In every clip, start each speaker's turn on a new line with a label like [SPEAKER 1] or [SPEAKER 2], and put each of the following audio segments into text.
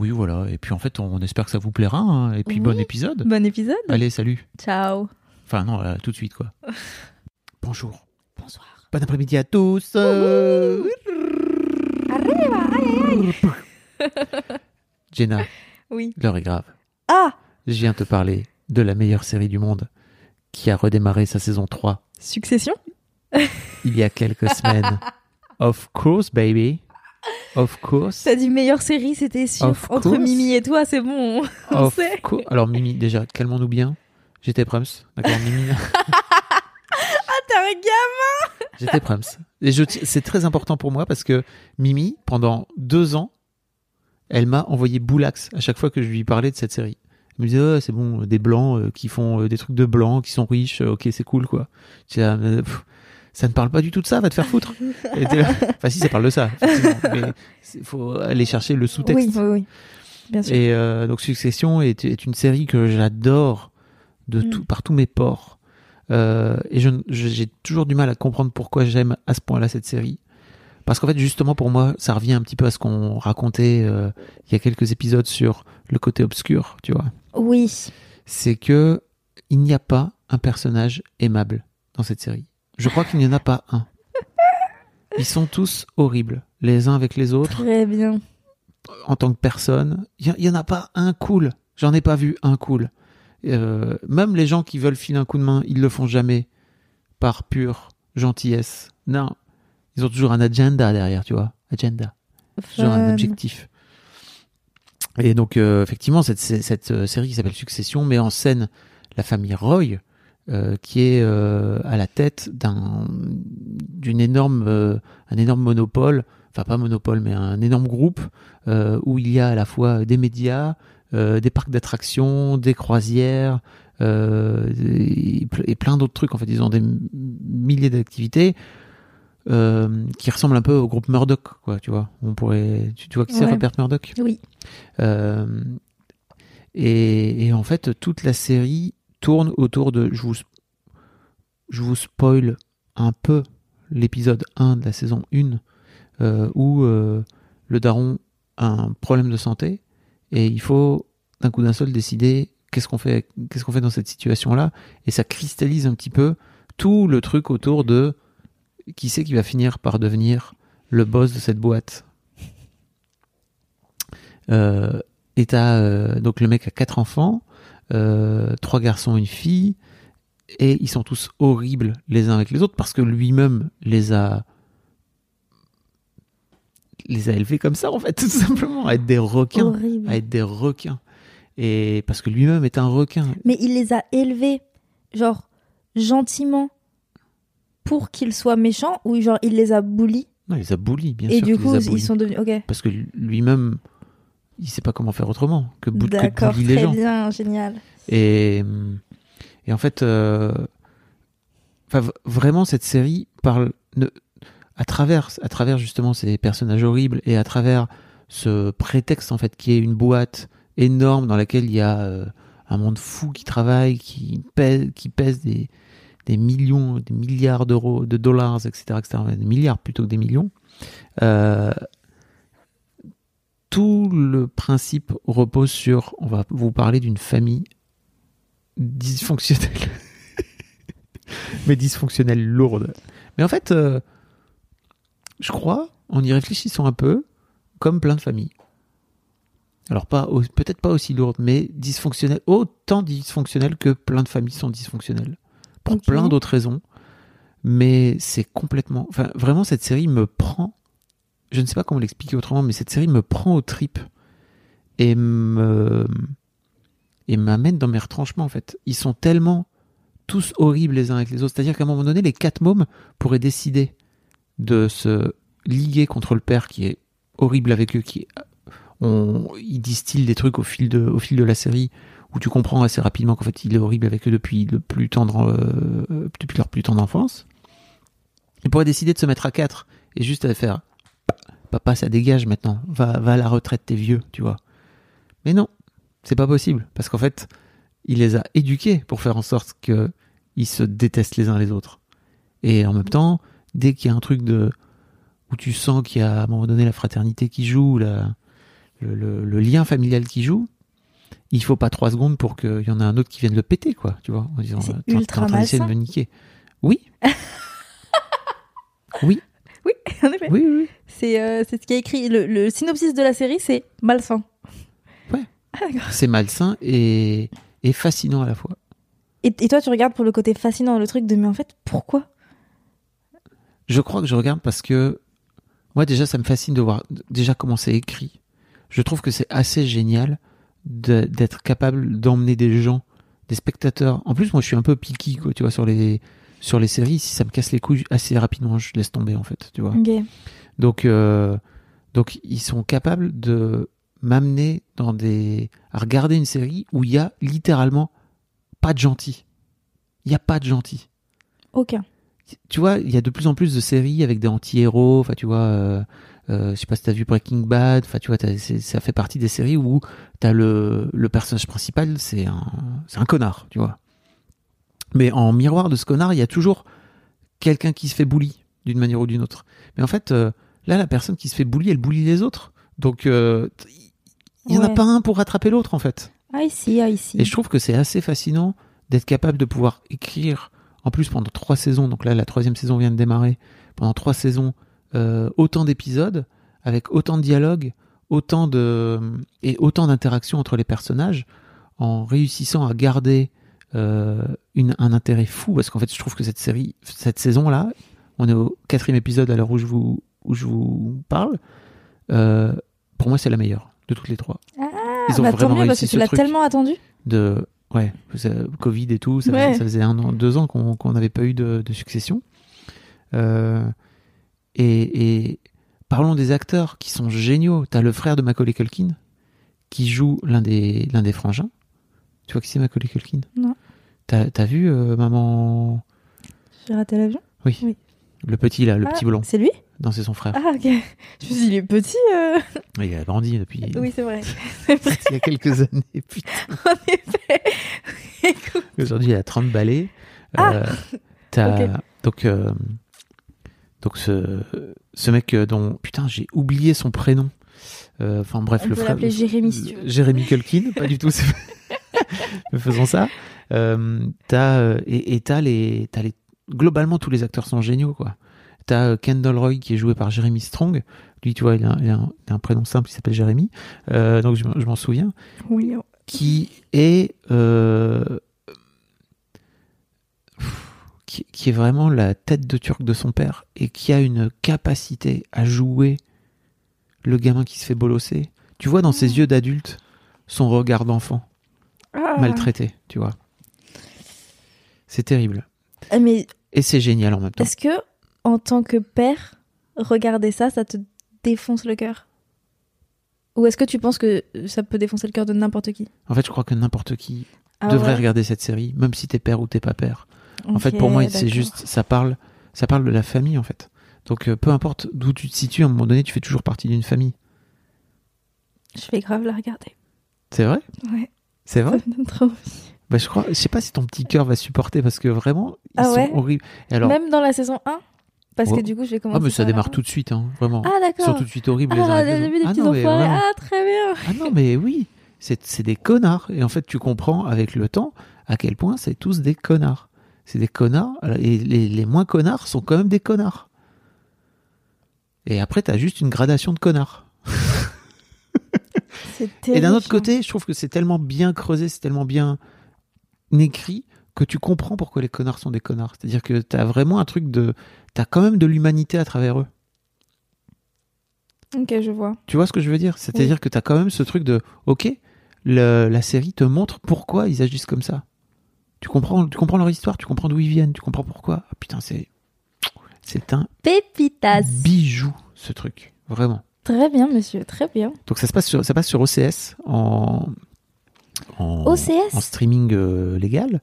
[SPEAKER 1] Oui, voilà. Et puis en fait, on espère que ça vous plaira. hein. Et puis
[SPEAKER 2] Oui. Bah
[SPEAKER 1] bon épisode.
[SPEAKER 2] Bon épisode.
[SPEAKER 1] Allez, salut.
[SPEAKER 2] Ciao.
[SPEAKER 1] Enfin non, euh, tout de suite quoi. Bonjour.
[SPEAKER 2] Bonsoir.
[SPEAKER 1] Bon après-midi à tous. Euh, Jenna,
[SPEAKER 2] Oui.
[SPEAKER 1] l'heure est grave.
[SPEAKER 2] Ah
[SPEAKER 1] Je viens te parler de la meilleure série du monde qui a redémarré sa saison 3
[SPEAKER 2] Succession
[SPEAKER 1] il y a quelques semaines. Of course, baby. Of course.
[SPEAKER 2] T'as dit meilleure série, c'était sûr.
[SPEAKER 1] Of
[SPEAKER 2] Entre
[SPEAKER 1] course.
[SPEAKER 2] Mimi et toi, c'est bon. On
[SPEAKER 1] Of
[SPEAKER 2] sait.
[SPEAKER 1] cour- Alors, Mimi, déjà, calmons-nous bien. J'étais prums. D'accord, Mimi
[SPEAKER 2] T'as un gars
[SPEAKER 1] J'étais prums. Et je ti- c'est très important pour moi parce que Mimi, pendant deux ans, elle m'a envoyé boulax à chaque fois que je lui parlais de cette série. Elle me disait, Oh, c'est bon, des blancs euh, qui font euh, des trucs de blancs, qui sont riches, euh, ok, c'est cool, quoi. J'étais là, Mais, euh, pff, ça ne parle pas du tout de ça, va te faire foutre. Et t'es là- enfin, si, ça parle de ça, effectivement, mais il faut aller chercher le sous-texte.
[SPEAKER 2] Oui, oui, oui. Bien sûr.
[SPEAKER 1] Et euh, donc Succession est, est une série que j'adore de
[SPEAKER 2] Mm.
[SPEAKER 1] tout, par tous mes ports. Euh, et je- je- j'ai toujours du mal à comprendre pourquoi j'aime à ce point-là cette série. Parce qu'en fait, justement, pour moi, ça revient un petit peu à ce qu'on racontait euh, il y a quelques épisodes sur le côté obscur, tu vois.
[SPEAKER 2] Oui.
[SPEAKER 1] C'est que il n'y a pas un personnage aimable dans cette série. Je crois qu'il n'y en a pas un. Ils sont tous horribles, les uns avec les autres
[SPEAKER 2] Très bien.
[SPEAKER 1] en tant que personne, il n'y en a pas un cool. J'en ai pas vu un cool. Euh, même les gens qui veulent filer un coup de main, ils le font jamais par pure gentillesse. Non, ils ont toujours un agenda derrière, tu vois. Agenda, toujours un
[SPEAKER 2] Fun.
[SPEAKER 1] objectif. Et donc, euh, effectivement, cette, cette euh, série qui s'appelle Succession met en scène la famille Roy, euh, qui est euh, à la tête d'un d'une énorme euh, un énorme monopole, enfin pas monopole, mais un énorme groupe euh, où il y a à la fois des médias, euh, des parcs d'attractions, des croisières euh, et ple- et plein d'autres trucs. En fait, ils ont des m- milliers d'activités euh, qui ressemblent un peu au groupe Murdoch, quoi. Tu vois, on pourrait, tu, tu vois qui c'est
[SPEAKER 2] Ouais.
[SPEAKER 1] Rupert Murdoch
[SPEAKER 2] Oui.
[SPEAKER 1] euh, et, et en fait, toute la série tourne autour de. Je vous, je vous spoil un peu l'épisode 1 de la saison 1, euh, où euh, le daron a un problème de santé et il faut d'un coup d'un seul décider qu'est-ce qu'on fait, qu'est-ce qu'on fait dans cette situation-là. Et ça cristallise un petit peu tout le truc autour de qui c'est qui va finir par devenir le boss de cette boîte. Euh, et t'as, euh, donc le mec a quatre enfants, euh, trois garçons, une fille, et ils sont tous horribles les uns avec les autres parce que lui-même les a les a élevés comme ça en fait, tout simplement, à être des requins,
[SPEAKER 2] Horrible.
[SPEAKER 1] à être des requins, et parce que lui-même est un requin.
[SPEAKER 2] Mais il les a élevés, genre, gentiment, pour qu'ils soient méchants, ou genre, il les a bullies.
[SPEAKER 1] Non, il les a bullies, bien
[SPEAKER 2] Et
[SPEAKER 1] sûr.
[SPEAKER 2] du
[SPEAKER 1] qu'il
[SPEAKER 2] coup,
[SPEAKER 1] les a
[SPEAKER 2] ils
[SPEAKER 1] bullies.
[SPEAKER 2] sont devenus. Ok.
[SPEAKER 1] parce que lui-même, il sait pas comment faire autrement que, bou- que
[SPEAKER 2] D'accord,
[SPEAKER 1] bully les
[SPEAKER 2] très
[SPEAKER 1] gens.
[SPEAKER 2] bien, génial.
[SPEAKER 1] Et, et en fait, euh, enfin, v- vraiment, cette série parle ne- à travers, à travers justement ces personnages horribles et à travers ce prétexte en fait qui est une boîte énorme dans laquelle il y a euh, un monde fou qui travaille, qui pèse, qui pèse des, des millions, des milliards d'euros, de dollars, etc., etc., des milliards plutôt que des millions. Euh, tout le principe repose sur, on va vous parler d'une famille dysfonctionnelle. Mais dysfonctionnelle lourde. Mais en fait, euh, je crois, en y réfléchissant un peu, comme plein de familles. alors pas au- peut-être pas aussi lourde, mais dysfonctionnelle, autant dysfonctionnelle que plein de familles sont dysfonctionnelles pour
[SPEAKER 2] Ok.
[SPEAKER 1] plein d'autres raisons. Mais c'est complètement, enfin vraiment cette série me prend, je ne sais pas comment l'expliquer autrement, mais cette série me prend aux tripes et me et m'amène dans mes retranchements en fait. Ils sont tellement tous horribles les uns avec les autres, c'est-à-dire qu'à un moment donné, les quatre mômes pourraient décider de se liguer contre le père qui est horrible avec eux, qui on, ils distillent des trucs au fil de, au fil de la série où tu comprends assez rapidement qu'en fait il est horrible avec eux depuis le plus tendre, euh, depuis leur plus tendre enfance. Ils pourraient décider de se mettre à quatre et juste à faire papa ça dégage maintenant, va, va à la retraite t'es vieux, tu vois. Mais non, c'est pas possible parce qu'en fait il les a éduqués pour faire en sorte que ils se détestent les uns les autres. Et en même temps, dès qu'il y a un truc de où tu sens qu'il y a à un moment donné la fraternité qui joue, la, le, le- le lien familial qui joue, il faut pas trois secondes pour qu'il y en ait un autre qui vienne le péter, quoi, tu vois, en disant
[SPEAKER 2] C'est
[SPEAKER 1] euh, t'es en- t'es en
[SPEAKER 2] ultra
[SPEAKER 1] train d'essayer de me
[SPEAKER 2] malsain.
[SPEAKER 1] niquer. Oui. oui,
[SPEAKER 2] Oui, en effet.
[SPEAKER 1] oui, oui.
[SPEAKER 2] C'est euh, c'est ce qui est écrit. Le, le synopsis de la série, c'est malsain.
[SPEAKER 1] Ouais.
[SPEAKER 2] Ah, d'accord.
[SPEAKER 1] C'est malsain et, et fascinant à la fois.
[SPEAKER 2] Et, et toi, tu regardes pour le côté fascinant, le truc de mais en fait, pourquoi
[SPEAKER 1] Je crois que je regarde parce que moi déjà ça me fascine de voir déjà comment c'est écrit. Je trouve que c'est assez génial de- d'être capable d'emmener des gens, des spectateurs. En plus moi je suis un peu picky quoi, tu vois sur les sur les séries, si ça me casse les couilles assez rapidement, je laisse tomber en fait, tu vois.
[SPEAKER 2] Ok.
[SPEAKER 1] Donc, euh, donc ils sont capables de m'amener dans des à regarder une série où il y a littéralement pas de gentil. Il n'y a pas de gentil.
[SPEAKER 2] Aucun.
[SPEAKER 1] Tu vois, il y a de plus en plus de séries avec des anti-héros. Enfin, tu vois, euh, euh, je sais pas si t'as vu Breaking Bad. Enfin, tu vois, t'as- c'est- ça fait partie des séries où t'as le le personnage principal, c'est un c'est un connard, tu vois. Mais en miroir de ce connard, il y a toujours quelqu'un qui se fait bully d'une manière ou d'une autre. Mais en fait, euh, là, la personne qui se fait bully, elle bully les autres. Donc, euh, t- il n'y en a
[SPEAKER 2] Ouais.
[SPEAKER 1] pas un pour rattraper l'autre, en fait.
[SPEAKER 2] Ah, ici, ah, ici.
[SPEAKER 1] Et je trouve que c'est assez fascinant d'être capable de pouvoir écrire, en plus pendant trois saisons, donc là la troisième saison vient de démarrer, pendant trois saisons, euh, autant d'épisodes, avec autant de dialogues, autant de et autant d'interactions entre les personnages, en réussissant à garder euh, une- un intérêt fou, parce qu'en fait je trouve que cette série, cette saison là, on est au quatrième épisode à l'heure où je vous où je vous parle, euh, pour moi c'est la meilleure de toutes les trois. Ils ont
[SPEAKER 2] bah,
[SPEAKER 1] vraiment
[SPEAKER 2] tant mieux, parce
[SPEAKER 1] réussi
[SPEAKER 2] que
[SPEAKER 1] ce
[SPEAKER 2] tu l'as
[SPEAKER 1] truc
[SPEAKER 2] tellement attendu.
[SPEAKER 1] de ouais ça- Covid et tout ça,
[SPEAKER 2] Ouais.
[SPEAKER 1] ça faisait un an deux ans qu'on qu'on n'avait pas eu de, de succession Euh, et, et parlons des acteurs qui sont géniaux t'as le frère de Macaulay Culkin qui joue l'un des l'un des frangins tu vois qui c'est Macaulay Culkin
[SPEAKER 2] Non.
[SPEAKER 1] t'as t'as vu euh, maman
[SPEAKER 2] J'ai raté l'avion.
[SPEAKER 1] oui.
[SPEAKER 2] Oui.
[SPEAKER 1] le petit là le
[SPEAKER 2] Ah,
[SPEAKER 1] petit blond
[SPEAKER 2] C'est lui
[SPEAKER 1] non c'est son frère
[SPEAKER 2] Ah, ok. Je me suis dit, il est petit. euh.
[SPEAKER 1] il a grandi depuis
[SPEAKER 2] Oui, c'est vrai. C'est vrai,
[SPEAKER 1] il y a quelques années putain
[SPEAKER 2] en effet. Écoute,
[SPEAKER 1] Aujourd'hui, il a 30 balais.
[SPEAKER 2] Ah.
[SPEAKER 1] Euh, t'as- Donc, euh, donc ce, ce mec euh, dont. Putain, j'ai oublié son prénom. Euh, Enfin, bref,
[SPEAKER 2] On
[SPEAKER 1] le
[SPEAKER 2] peut
[SPEAKER 1] frère.
[SPEAKER 2] l'appeler Jérémy, si
[SPEAKER 1] le-
[SPEAKER 2] tu veux.
[SPEAKER 1] Jérémy Culkin, pas du tout. c'est- Faisons ça. Euh, t'as, euh, et et t'as les, t'as les. Globalement, tous les acteurs sont géniaux, quoi. T'as euh, Kendall Roy qui est joué par Jérémy Strong. Lui, tu vois, il a, il a un, il a un prénom simple, il s'appelle Jérémy. Euh, donc, je m'en- je m'en souviens
[SPEAKER 2] oui, on-
[SPEAKER 1] qui est euh, pff, qui, qui est vraiment la tête de turc de son père et qui a une capacité à jouer le gamin qui se fait bolosser. Tu vois dans ses yeux d'adulte son regard d'enfant
[SPEAKER 2] Ah.
[SPEAKER 1] maltraité, tu vois. C'est terrible.
[SPEAKER 2] Ah, Mais
[SPEAKER 1] Et c'est génial en même temps.
[SPEAKER 2] est-ce que, en tant que père, regarder ça, ça te défonce le cœur Ou est-ce que tu penses que ça peut défoncer le cœur de n'importe qui
[SPEAKER 1] En fait, je crois que n'importe qui
[SPEAKER 2] Ah
[SPEAKER 1] devrait
[SPEAKER 2] ouais
[SPEAKER 1] regarder cette série, même si t'es père ou t'es pas père. En
[SPEAKER 2] Ok,
[SPEAKER 1] fait, pour moi, c'est
[SPEAKER 2] d'accord.
[SPEAKER 1] juste, ça parle, ça parle de la famille, en fait. Donc, euh, peu importe d'où tu te situes, à un moment donné, tu fais toujours partie d'une famille.
[SPEAKER 2] Je vais grave la regarder.
[SPEAKER 1] C'est vrai
[SPEAKER 2] Ouais,
[SPEAKER 1] C'est
[SPEAKER 2] ça
[SPEAKER 1] vrai
[SPEAKER 2] me donne trop envie.
[SPEAKER 1] bah, Je crois, je sais pas si ton petit cœur va supporter, parce que vraiment, ils
[SPEAKER 2] Ah ouais
[SPEAKER 1] sont horribles. Et alors,
[SPEAKER 2] Même dans la saison 1 Parce
[SPEAKER 1] Ouais.
[SPEAKER 2] que du coup, je vais
[SPEAKER 1] ah,
[SPEAKER 2] commencer.
[SPEAKER 1] mais ça
[SPEAKER 2] par la
[SPEAKER 1] démarre
[SPEAKER 2] un.
[SPEAKER 1] tout de suite, hein, vraiment.
[SPEAKER 2] Ah,
[SPEAKER 1] ils sont
[SPEAKER 2] d'accord.
[SPEAKER 1] tout de suite horribles, les uns
[SPEAKER 2] Ah,
[SPEAKER 1] avec les
[SPEAKER 2] j'ai vu des
[SPEAKER 1] autres.
[SPEAKER 2] petits
[SPEAKER 1] Ah non, mais
[SPEAKER 2] enfoirés.
[SPEAKER 1] vraiment.
[SPEAKER 2] Ah, très bien.
[SPEAKER 1] Ah non, mais oui, c'est c'est des connards. Et en fait, tu comprends avec le temps à quel point c'est tous des connards. C'est des connards, euh, et les, les moins connards sont quand même des connards. Et après, t'as juste une gradation de connards.
[SPEAKER 2] C'est
[SPEAKER 1] Et d'un autre
[SPEAKER 2] terrifiant.
[SPEAKER 1] côté, je trouve que c'est tellement bien creusé, c'est tellement bien écrit que tu comprends pourquoi les connards sont des connards. C'est-à-dire que t'as vraiment un truc de, t'as quand même de l'humanité à travers eux.
[SPEAKER 2] Ok, je vois.
[SPEAKER 1] Tu vois ce que je veux dire C'est-à-dire que t'as quand même ce truc de, ok, le- la série te montre pourquoi ils agissent comme ça. Tu comprends, tu comprends leur histoire, tu comprends d'où ils viennent, tu comprends pourquoi. Ah, putain, c'est, c'est un
[SPEAKER 2] Pépitas.
[SPEAKER 1] bijou ce truc, vraiment.
[SPEAKER 2] Très bien, monsieur, très bien.
[SPEAKER 1] Donc ça se passe sur, ça passe sur OCS en, en-
[SPEAKER 2] OCS
[SPEAKER 1] en streaming euh, légal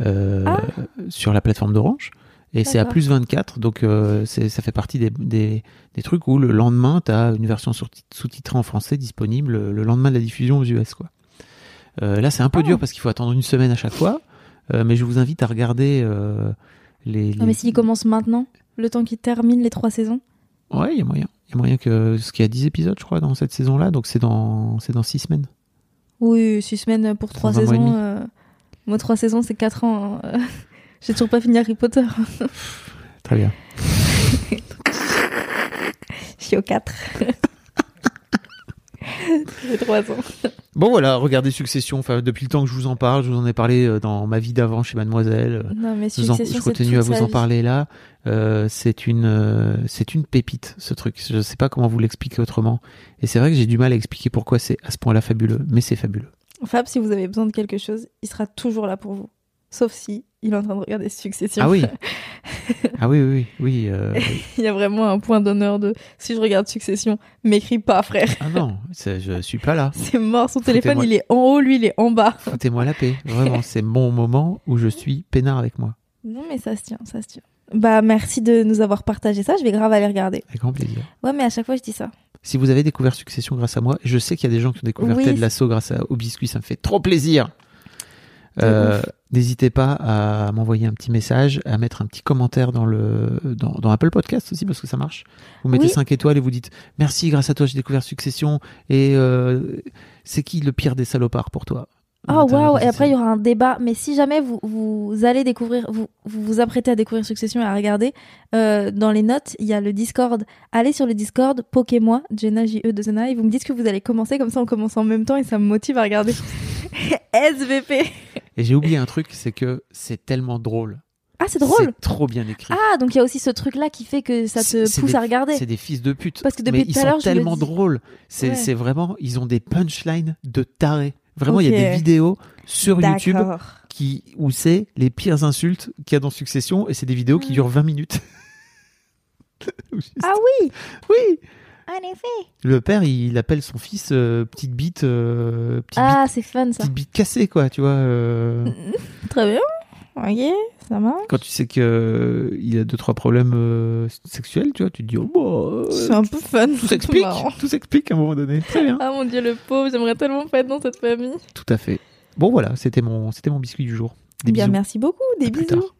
[SPEAKER 1] euh,
[SPEAKER 2] Ah.
[SPEAKER 1] sur la plateforme d'Orange. Et c'est à
[SPEAKER 2] D'accord.
[SPEAKER 1] plus 24, donc euh, c'est- ça fait partie des, des, des trucs où le lendemain, tu as une version sur- sous-titrée en français disponible euh, le lendemain de la diffusion aux US. Quoi. Euh, là, c'est un peu
[SPEAKER 2] Ah.
[SPEAKER 1] dur parce qu'il faut attendre une semaine à chaque fois, euh, mais je vous invite à regarder euh, les,
[SPEAKER 2] Non,
[SPEAKER 1] les-
[SPEAKER 2] mais s'il commence maintenant, le temps qu'il termine les trois saisons.
[SPEAKER 1] Ouais, il y a moyen. Il y a moyen que... Parce qu'il y a 10 épisodes, je crois, dans cette saison-là, donc c'est dans... c'est dans 6 semaines.
[SPEAKER 2] Oui, six semaines pour trois
[SPEAKER 1] Dans un mois et
[SPEAKER 2] saisons.
[SPEAKER 1] demi.
[SPEAKER 2] euh, Moi, trois saisons, c'est quatre ans. hein. J'ai toujours pas fini Harry Potter. hein.
[SPEAKER 1] Très bien.
[SPEAKER 2] Je suis au 4. J'ai 3 ans.
[SPEAKER 1] Bon voilà, regardez Succession. Enfin, depuis le temps que je vous en parle, je vous en ai parlé euh, dans ma vie d'avant chez Mademoiselle. Euh,
[SPEAKER 2] Non, mais
[SPEAKER 1] je vous en-
[SPEAKER 2] Succession,
[SPEAKER 1] je
[SPEAKER 2] c'est
[SPEAKER 1] continue
[SPEAKER 2] toute
[SPEAKER 1] à vous
[SPEAKER 2] sa
[SPEAKER 1] en
[SPEAKER 2] vie.
[SPEAKER 1] parler là. Euh, c'est une, euh, c'est une pépite ce truc. Je sais pas comment vous l'expliquer autrement. Et c'est vrai que j'ai du mal à expliquer pourquoi c'est à ce point-là fabuleux, mais c'est fabuleux.
[SPEAKER 2] Fab, si vous avez besoin de quelque chose, il sera toujours là pour vous. Sauf si il est en train de regarder Succession.
[SPEAKER 1] Ah oui, ah oui, oui, oui. oui, euh,
[SPEAKER 2] il y a vraiment un point d'honneur de si je regarde Succession, m'écris pas, frère.
[SPEAKER 1] ah non, c'est- je suis pas là.
[SPEAKER 2] C'est mort. Son téléphone,
[SPEAKER 1] Foutez-moi.
[SPEAKER 2] il est en haut, lui, il est en bas.
[SPEAKER 1] Foutez-moi la paix. Vraiment, c'est mon moment où je suis peinard avec moi.
[SPEAKER 2] Non, mais ça se tient, ça se tient. Bah, merci de nous avoir partagé ça. Je vais grave aller regarder.
[SPEAKER 1] Avec grand plaisir.
[SPEAKER 2] Ouais, mais à chaque fois, je dis ça.
[SPEAKER 1] Si vous avez découvert Succession grâce à moi, je sais qu'il y a des gens qui ont découvert
[SPEAKER 2] Oui,
[SPEAKER 1] Ted
[SPEAKER 2] c'est-
[SPEAKER 1] Lasso grâce à, au biscuit, ça me fait trop plaisir.
[SPEAKER 2] De
[SPEAKER 1] Euh, N'hésitez pas à m'envoyer un petit message, à mettre un petit commentaire dans le dans, dans Apple Podcast aussi parce que ça marche. Vous mettez
[SPEAKER 2] Oui.
[SPEAKER 1] 5 étoiles et vous dites merci grâce à toi j'ai découvert Succession et euh, c'est qui le pire des salopards pour toi
[SPEAKER 2] Oh
[SPEAKER 1] Internet
[SPEAKER 2] waouh
[SPEAKER 1] de
[SPEAKER 2] Et après il
[SPEAKER 1] Succession.
[SPEAKER 2] y aura un débat. Mais si jamais vous, vous allez découvrir, vous, vous vous apprêtez à découvrir Succession et à regarder, euh, dans les notes il y a le Discord. Allez sur le Discord, pokémoi, Jenna J E 2 N A, et vous me dites que vous allez commencer comme ça. On commence en même temps et ça me motive à regarder. SVP.
[SPEAKER 1] Et j'ai oublié un truc, c'est que c'est tellement drôle.
[SPEAKER 2] Ah c'est drôle.
[SPEAKER 1] trop bien écrit.
[SPEAKER 2] Ah donc il y a aussi ce truc là qui fait que ça
[SPEAKER 1] C'est-
[SPEAKER 2] te
[SPEAKER 1] c'est
[SPEAKER 2] pousse
[SPEAKER 1] des-
[SPEAKER 2] à regarder.
[SPEAKER 1] C'est des fils de pute.
[SPEAKER 2] Parce que depuis
[SPEAKER 1] mais
[SPEAKER 2] tout
[SPEAKER 1] ils
[SPEAKER 2] à
[SPEAKER 1] sont
[SPEAKER 2] l'heure, je me
[SPEAKER 1] tellement
[SPEAKER 2] dis-
[SPEAKER 1] drôles. C'est
[SPEAKER 2] Ouais.
[SPEAKER 1] c'est vraiment, ils ont des punchlines de tarés. Vraiment, il y a
[SPEAKER 2] Ok.
[SPEAKER 1] des vidéos sur YouTube
[SPEAKER 2] D'accord.
[SPEAKER 1] qui, où c'est les pires insultes qu'il y a dans Succession et c'est des vidéos qui durent 20 minutes.
[SPEAKER 2] Ah oui.
[SPEAKER 1] oui
[SPEAKER 2] En effet.
[SPEAKER 1] Le père, il appelle son fils euh, petite bite, euh, petite,
[SPEAKER 2] Ah c'est fun
[SPEAKER 1] bite,
[SPEAKER 2] ça.
[SPEAKER 1] petite bite cassée, quoi, tu vois. euh,
[SPEAKER 2] Très bien. Ok, ça va.
[SPEAKER 1] quand tu sais qu'il a deux, trois problèmes euh, sexuels, tu vois, tu te dis, oh, bah, euh,
[SPEAKER 2] C'est un peu fun.
[SPEAKER 1] tout s'explique,
[SPEAKER 2] marrant.
[SPEAKER 1] tout s'explique à un moment donné. Très bien.
[SPEAKER 2] Ah mon dieu, le pauvre, j'aimerais tellement pas être dans cette famille.
[SPEAKER 1] Tout à fait. Bon voilà, c'était mon, c'était mon biscuit du jour. Des
[SPEAKER 2] Eh Bien,
[SPEAKER 1] bisous.
[SPEAKER 2] merci beaucoup, des
[SPEAKER 1] À plus
[SPEAKER 2] bisous.
[SPEAKER 1] tard.